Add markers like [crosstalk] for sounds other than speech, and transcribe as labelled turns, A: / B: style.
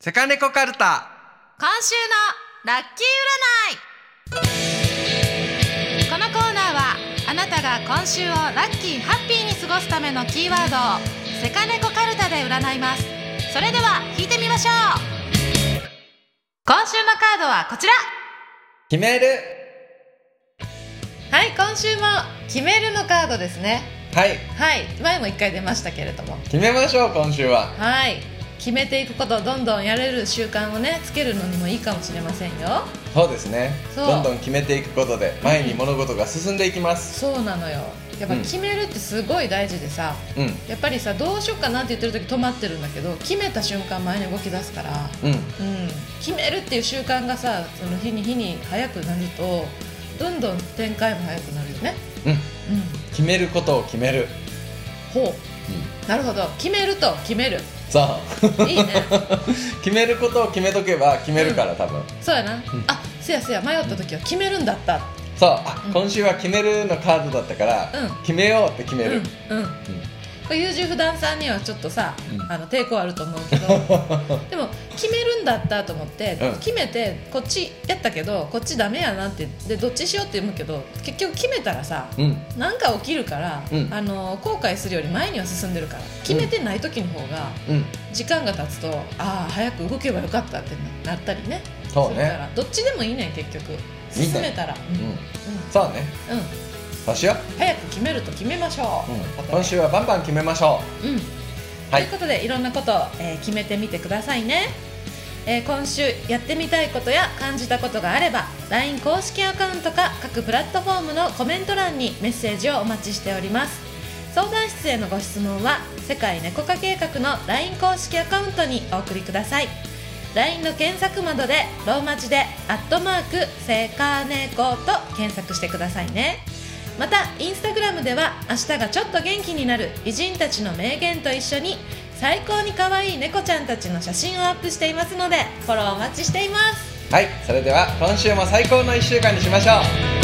A: セカネコカルタ
B: 今週のラッキー占いこのコーナーはあなたが今週をラッキーハッピーに過ごすためのキーワードをセカネコカルタで占いますそれでは引いてみましょう今週のカードはこちら
A: 決める
B: はい今週も決めるのカードですね
A: はい
B: はい前も一回出ましたけれども
A: 決めましょう今週は
B: はい決めていくことどんどんやれる習慣をねつけるのにもいいかもしれませんよ
A: そうですね
B: そう
A: どんどん決めていくことで前に物事が進んでいきます
B: そうなのよやっぱ
A: うん
B: 決めるってすごい大事でさ、
A: うん
B: やっぱりさどうしようかなって言ってる時止まってるんだけど決めた瞬間前に動き出すから、
A: うん
B: うん、決めるっていう習慣がさその日に日に早くなるとどんどん展開も早くなるよね
A: うん
B: うん
A: 決めることを決める
B: ほうなるほど決めると決
A: [laughs]
B: める
A: そう
B: いいね
A: 決めることを決めとけば決めるから多分
B: そうやな、あせやせや迷った時は決めるんだった
A: そうあ
B: うん
A: 今週は決めるのカードだったから
B: うん
A: 決めようって決める
B: うんうんこれ優柔不断さんにはちょっとさ、
A: うん
B: あの抵抗あると思うけどでも決めるんだったと思って、
A: うん
B: 決めてこっちやったけどこっちダメやなってでどっちしようって思うけど結局決めたらさ
A: うん [laughs]
B: なんか起きるから、
A: うん
B: あの後悔するより前には進んでるから決めてない時の方が
A: うん
B: 時間が経つとああ早く動けばよかったってなったりね
A: そう
B: するか
A: ね
B: らどっちでもいいねん結局
A: いいね
B: 進めたら
A: うんそうね
B: うん、うん
A: そうしよ
B: 早く決めると決めましょ
A: う
B: う、
A: うん
B: ということで
A: 今週はバンバン決めましょ
B: うん
A: はい
B: ということでいろんなことを、えー決めてみてくださいね、えー今週やってみたいことや感じたことがあれば LINE 公式アカウントか各プラットフォームのコメント欄にメッセージをお待ちしております相談室へのご質問は世界猫化計画の LINE 公式アカウントにお送りください LINE の検索窓でローマ字で「アットマークセカネコ」と検索してくださいねまたインスタグラムでは明日がちょっと元気になる偉人たちの名言と一緒に最高に可愛い猫ちゃんたちの写真をアップしていますのでフォローお待ちしています
A: うはいそれでは今週も最高の1週間にしましょう